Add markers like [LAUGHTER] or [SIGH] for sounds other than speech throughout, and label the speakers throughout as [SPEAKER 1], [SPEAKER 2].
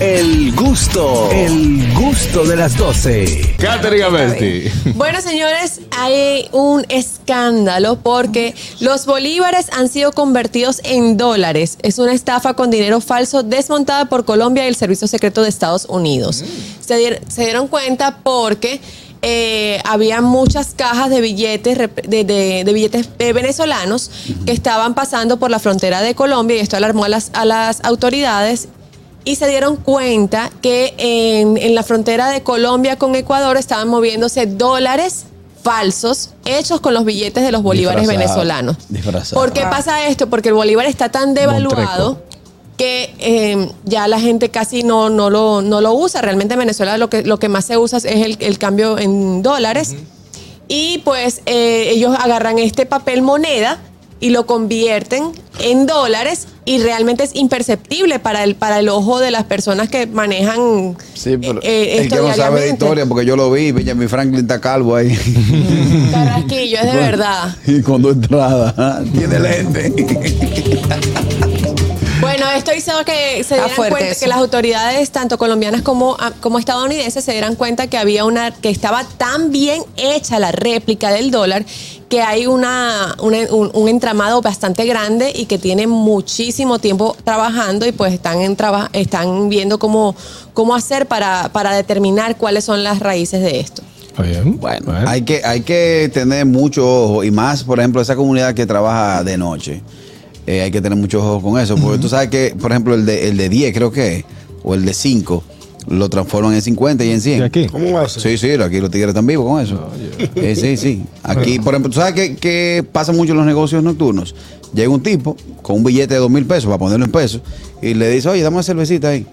[SPEAKER 1] El gusto, el gusto de las 12.
[SPEAKER 2] Caterina Besti.
[SPEAKER 3] Bueno, señores, hay un escándalo porque los bolívares han sido convertidos en dólares. Es una estafa con dinero falso desmontada por Colombia y el Servicio Secreto de Estados Unidos. Se, dier- se dieron cuenta porque eh, había muchas cajas de billetes, rep- de, de- de billetes eh, venezolanos que estaban pasando por la frontera de Colombia y esto alarmó a las, a las autoridades y se dieron cuenta que en, en la frontera de Colombia con Ecuador estaban moviéndose dólares falsos hechos con los billetes de los bolívares
[SPEAKER 2] Disfrazado.
[SPEAKER 3] venezolanos.
[SPEAKER 2] Disfrazado.
[SPEAKER 3] ¿Por qué pasa esto? Porque el bolívar está tan devaluado que eh, ya la gente casi no, no, lo, no lo usa. Realmente en Venezuela lo que, lo que más se usa es el, el cambio en dólares. Y pues eh, ellos agarran este papel moneda y lo convierten en dólares y realmente es imperceptible para el, para el ojo de las personas que manejan
[SPEAKER 4] Sí, pero
[SPEAKER 3] eh,
[SPEAKER 4] el
[SPEAKER 3] esto
[SPEAKER 4] que no sabe de
[SPEAKER 3] diariamente.
[SPEAKER 4] historia, porque yo lo vi, Benjamin Franklin está calvo ahí. [LAUGHS]
[SPEAKER 3] Carrasquillo, es de verdad.
[SPEAKER 4] Y con dos entradas, [LAUGHS] ¿ah? tiene
[SPEAKER 3] [LAUGHS]
[SPEAKER 4] lente.
[SPEAKER 3] Bueno, esto hizo que se
[SPEAKER 5] Está
[SPEAKER 3] dieran
[SPEAKER 5] fuerte
[SPEAKER 3] cuenta
[SPEAKER 5] eso.
[SPEAKER 3] que las autoridades, tanto colombianas como, ah, como estadounidenses, se dieran cuenta que había una que estaba tan bien hecha la réplica del dólar que hay una, una- un, un entramado bastante grande y que tiene muchísimo tiempo trabajando y pues están en traba- están viendo cómo, cómo hacer para, para determinar cuáles son las raíces de esto.
[SPEAKER 2] Bien.
[SPEAKER 4] Bueno, hay que, hay que tener mucho ojo y más, por ejemplo, esa comunidad que trabaja de noche. Eh, hay que tener mucho ojo con eso, porque tú sabes que, por ejemplo, el de, el de 10 creo que es, o el de 5, lo transforman en 50 y en 100.
[SPEAKER 2] ¿De aquí?
[SPEAKER 6] ¿Cómo hace?
[SPEAKER 4] Sí, sí, aquí los tigres están vivos con eso. Eh, sí, sí. Aquí, por ejemplo, tú sabes que, que pasa mucho en los negocios nocturnos. Llega un tipo con un billete de dos mil pesos para ponerlo en pesos y le dice, oye, dame una cervecita ahí.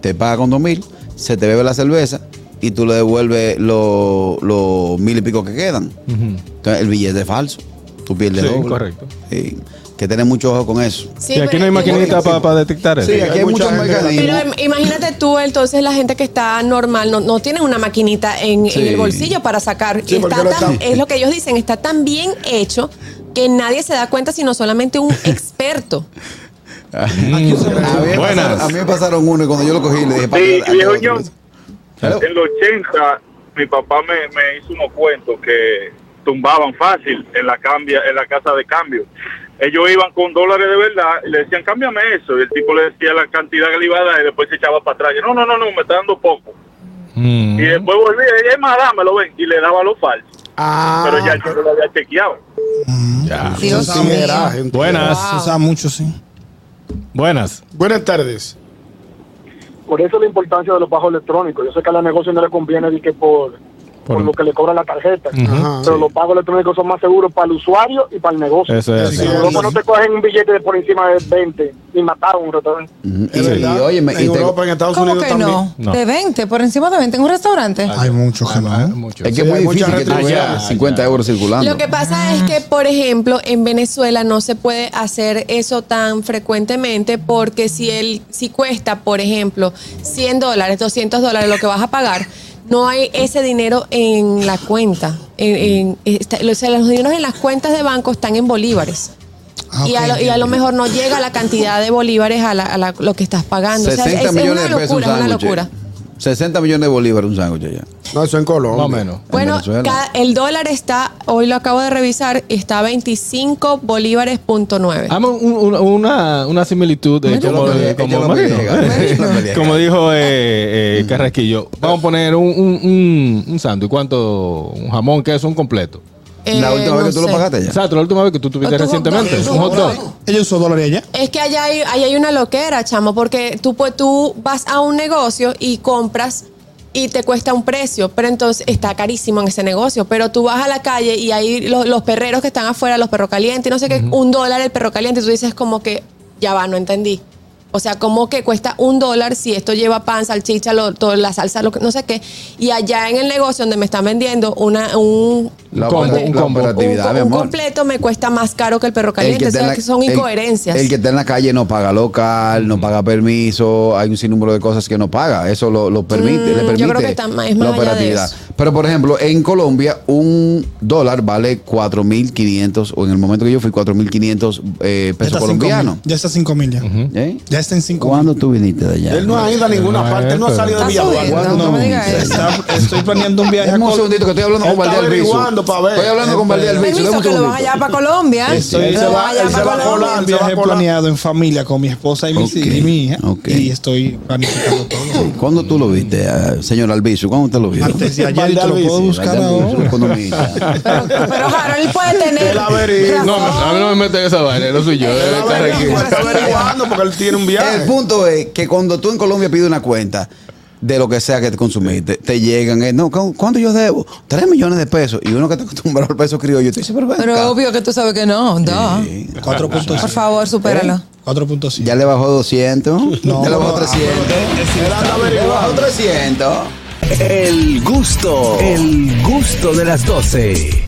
[SPEAKER 4] Te paga con dos mil, se te bebe la cerveza y tú le devuelves los los mil y pico que quedan. Entonces, el billete es falso. Tú pierdes
[SPEAKER 2] Sí,
[SPEAKER 4] doble.
[SPEAKER 2] correcto.
[SPEAKER 4] Sí. Que tener mucho ojo con eso.
[SPEAKER 3] Sí,
[SPEAKER 2] Y aquí no hay
[SPEAKER 3] pero-
[SPEAKER 2] maquinita para detectar eso.
[SPEAKER 4] Sí, aquí hay muchos
[SPEAKER 6] gente que la-
[SPEAKER 4] mecanismos.
[SPEAKER 3] Pero em, imagínate tú, entonces, la gente que está normal, no, no tiene una maquinita en,
[SPEAKER 4] Sí.
[SPEAKER 3] en el bolsillo para sacar.
[SPEAKER 6] Sí, porque
[SPEAKER 3] Está
[SPEAKER 6] lo
[SPEAKER 3] tan-
[SPEAKER 6] está-
[SPEAKER 3] es lo que ellos dicen, está tan bien hecho que nadie se da cuenta, sino
[SPEAKER 6] [LAUGHS]
[SPEAKER 3] solamente un experto.
[SPEAKER 4] [LAUGHS] A mí, me
[SPEAKER 2] Buenas.
[SPEAKER 4] pasaron- a mí me pasaron uno y cuando yo lo cogí le dije, "Papi,
[SPEAKER 7] Sí,
[SPEAKER 4] aquí hay
[SPEAKER 7] viejo
[SPEAKER 4] otro".
[SPEAKER 7] John,
[SPEAKER 4] Hello.
[SPEAKER 7] en los 80 mi papá me, me hizo unos cuentos que tumbaban fácil en la cambia, en la casa de cambio. Ellos iban con dólares de verdad y le decían, cámbiame eso. Y el tipo le decía la cantidad que le iba a dar y después se echaba para atrás. Y, no, no, no, no, me está dando poco.
[SPEAKER 2] Mm.
[SPEAKER 7] Y después volvía, y es más, dámelo, ven. Y le daba lo falso.
[SPEAKER 6] Ah,
[SPEAKER 7] Pero ya yo no lo había chequeado.
[SPEAKER 2] Ya.
[SPEAKER 5] Dios
[SPEAKER 6] un tigueraje,
[SPEAKER 5] mío.
[SPEAKER 6] un
[SPEAKER 2] Buenas.
[SPEAKER 5] Wow.
[SPEAKER 8] Se usa mucho, sí.
[SPEAKER 2] Buenas.
[SPEAKER 6] tigueraje. Buenas tardes.
[SPEAKER 9] Por eso la importancia de los bajos electrónicos. Yo sé que a los negocios no les conviene ni que por, por,
[SPEAKER 2] Por-
[SPEAKER 9] lo que le cobran la tarjeta.
[SPEAKER 6] Ajá.
[SPEAKER 9] Pero los pagos electrónicos son más seguros para el usuario y para el negocio.
[SPEAKER 2] Eso es
[SPEAKER 6] Sí,
[SPEAKER 2] así.
[SPEAKER 6] sí.
[SPEAKER 9] Como no te cogen un billete de por encima de 20 y mataron un restaurante.
[SPEAKER 4] Ujú.
[SPEAKER 6] Es
[SPEAKER 4] Y,
[SPEAKER 6] verdad.
[SPEAKER 4] oye,
[SPEAKER 6] en Europa, en Estados
[SPEAKER 5] ¿Cómo
[SPEAKER 6] Unidos
[SPEAKER 5] que
[SPEAKER 6] también.
[SPEAKER 5] no?
[SPEAKER 2] No.
[SPEAKER 5] De 20, por encima de 20 en un restaurante.
[SPEAKER 8] Hay mucho que no.
[SPEAKER 2] Mucho.
[SPEAKER 4] Es que
[SPEAKER 6] Sí,
[SPEAKER 4] es muy
[SPEAKER 6] hay muchas
[SPEAKER 4] difícil que tú
[SPEAKER 6] restricciones.
[SPEAKER 4] veas
[SPEAKER 2] Ya,
[SPEAKER 4] 50
[SPEAKER 2] ya.
[SPEAKER 4] euros circulando.
[SPEAKER 3] Lo que pasa es que, por ejemplo, en Venezuela no se puede hacer eso tan frecuentemente porque si el, si cuesta, por ejemplo, 100 dólares, 200 dólares lo que vas a pagar, no hay ese dinero en la cuenta. En, en- está- o sea, los dineros en las cuentas de banco están en bolívares.
[SPEAKER 8] Ah,
[SPEAKER 3] Y, a
[SPEAKER 8] ok.
[SPEAKER 3] lo, y a lo mejor no llega la cantidad de bolívares a, la- a la- lo que estás pagando. O sea,
[SPEAKER 4] 60
[SPEAKER 3] es, es
[SPEAKER 4] millones
[SPEAKER 3] una
[SPEAKER 4] de pesos un
[SPEAKER 3] locura, es una
[SPEAKER 4] sándwich.
[SPEAKER 3] locura.
[SPEAKER 4] 60 millones de bolívares un sándwich ya.
[SPEAKER 6] No, eso en Colombia.
[SPEAKER 2] Más o menos.
[SPEAKER 3] Bueno,
[SPEAKER 4] Venezuela.
[SPEAKER 3] ca- el dólar está, hoy lo acabo de revisar, está a 25 bolívares punto nueve.
[SPEAKER 2] Amo un- un- una, una similitud eh,
[SPEAKER 4] Ella
[SPEAKER 2] como,
[SPEAKER 4] lo pelea,
[SPEAKER 2] como
[SPEAKER 4] ella lo
[SPEAKER 2] Marino,
[SPEAKER 4] pelea,
[SPEAKER 2] eh. [LAUGHS]
[SPEAKER 4] ella lo pelea.
[SPEAKER 2] Como dijo eh, eh, Carrasquillo, vamos a poner un, un, un, un sándwich. ¿Cuánto? Un jamón, queso, un completo.
[SPEAKER 4] La
[SPEAKER 3] Eh,
[SPEAKER 4] última vez
[SPEAKER 3] no
[SPEAKER 4] que tú lo
[SPEAKER 3] sé.
[SPEAKER 4] pagaste ya.
[SPEAKER 2] Exacto, la última vez que tú tuviste
[SPEAKER 3] O tu hot dog.
[SPEAKER 2] recientemente.
[SPEAKER 3] Sí,
[SPEAKER 2] Un hot dog.
[SPEAKER 8] Ellos usó dólares allá.
[SPEAKER 3] Es que allá hay, ahí hay una loquera, chamo, porque tú, pues, tú vas a un negocio y compras y te cuesta un precio, pero entonces está carísimo en ese negocio. Pero tú vas a la calle y hay los, los perreros que están afuera, los perros calientes, y no sé qué, un dólar el perro caliente, y tú dices como que, ya va, no entendí. O sea, como que cuesta un dólar si esto lleva pan, salchicha, lo- todo, la salsa, lo que- no sé qué. Y allá en el negocio donde me están vendiendo una, un
[SPEAKER 4] La,
[SPEAKER 2] Un combo,
[SPEAKER 4] opera-
[SPEAKER 2] un
[SPEAKER 4] la
[SPEAKER 2] combo.
[SPEAKER 4] operatividad,
[SPEAKER 3] un,
[SPEAKER 4] mi
[SPEAKER 3] un
[SPEAKER 4] amor.
[SPEAKER 3] completo me cuesta más caro que el perro
[SPEAKER 4] El
[SPEAKER 3] caliente. o
[SPEAKER 4] está en
[SPEAKER 3] sea,
[SPEAKER 4] la-
[SPEAKER 3] que son
[SPEAKER 4] el-
[SPEAKER 3] incoherencias.
[SPEAKER 4] El, que está en la calle no paga local, no paga permiso, hay un sinnúmero de cosas que no paga. Eso lo, lo permite, le
[SPEAKER 3] Mm, yo
[SPEAKER 4] permite
[SPEAKER 3] creo que está más- es más
[SPEAKER 4] la
[SPEAKER 3] allá de
[SPEAKER 4] operatividad.
[SPEAKER 3] eso.
[SPEAKER 4] Pero por ejemplo, en Colombia un dólar vale 4.500 o en el momento que yo fui 4.500 eh, pesos colombianos.
[SPEAKER 8] Ya está 5 mil ya.
[SPEAKER 4] ¿Eh?
[SPEAKER 8] Ya está en 5
[SPEAKER 4] ¿Cuándo tú viniste de allá?
[SPEAKER 6] Él no ha ido a ninguna parte, él no ha salido de
[SPEAKER 5] Está
[SPEAKER 6] Villaduana.
[SPEAKER 5] subiendo,
[SPEAKER 8] ¿Cuándo?
[SPEAKER 5] no me digas eso.
[SPEAKER 8] Está- estoy planeando un viaje a
[SPEAKER 4] Dame un
[SPEAKER 8] Col-
[SPEAKER 4] segundito que estoy hablando con
[SPEAKER 6] Él está
[SPEAKER 4] Valdés Albizu.
[SPEAKER 6] averiguando pa' ver.
[SPEAKER 4] Estoy hablando
[SPEAKER 8] Él
[SPEAKER 4] con Valdés Albizu.
[SPEAKER 5] Permiso,
[SPEAKER 4] dame
[SPEAKER 5] que
[SPEAKER 4] un
[SPEAKER 5] lo van
[SPEAKER 4] segundito.
[SPEAKER 5] allá para Colombia.
[SPEAKER 8] Estoy- él
[SPEAKER 5] Lo
[SPEAKER 8] se
[SPEAKER 5] van
[SPEAKER 8] va-
[SPEAKER 5] allá
[SPEAKER 8] él se
[SPEAKER 5] para
[SPEAKER 8] va a
[SPEAKER 5] Colombia.
[SPEAKER 8] Colombia, un viaje
[SPEAKER 6] Colombia.
[SPEAKER 8] planeado en familia con mi esposa y, mis-
[SPEAKER 4] Ok,
[SPEAKER 8] y mi hija.
[SPEAKER 4] ok.
[SPEAKER 8] Y estoy planificando todo.
[SPEAKER 4] ¿Cuándo tú lo viste, eh, señor Albizu? ¿Cuándo usted lo vio?
[SPEAKER 8] Antes de ayer y te lo puedo
[SPEAKER 6] Valdés
[SPEAKER 8] buscar
[SPEAKER 4] Valdés Albizu,
[SPEAKER 8] ahora.
[SPEAKER 4] economista.
[SPEAKER 8] [LAUGHS]
[SPEAKER 5] Pero, pero Harold puede tener.
[SPEAKER 6] Él averigua.
[SPEAKER 5] razón.
[SPEAKER 2] No, a mí no me meten en esa vaina, no soy yo.
[SPEAKER 6] Él
[SPEAKER 2] eh, Carrasquillo.
[SPEAKER 6] averigua, está averiguando porque él tiene un
[SPEAKER 4] El
[SPEAKER 6] viaje.
[SPEAKER 4] punto es que cuando tú en Colombia pides una cuenta de lo que sea que te consumiste, te llegan, eh, no, ¿cu- ¿cuánto yo debo? Tres millones de pesos. Y uno que está acostumbrado al peso criollo, te dice, pero, ven acá.
[SPEAKER 5] Pero obvio que tú sabes que no. no.
[SPEAKER 8] 4.5.
[SPEAKER 5] Por favor, supéralo.
[SPEAKER 8] 4.5.
[SPEAKER 4] ya le bajó 200,
[SPEAKER 8] No,
[SPEAKER 4] ya le bajó
[SPEAKER 8] no,
[SPEAKER 4] 300,
[SPEAKER 6] Él anda
[SPEAKER 4] le bajó
[SPEAKER 6] averiguando.
[SPEAKER 4] 300.
[SPEAKER 1] El gusto, el gusto de las 12.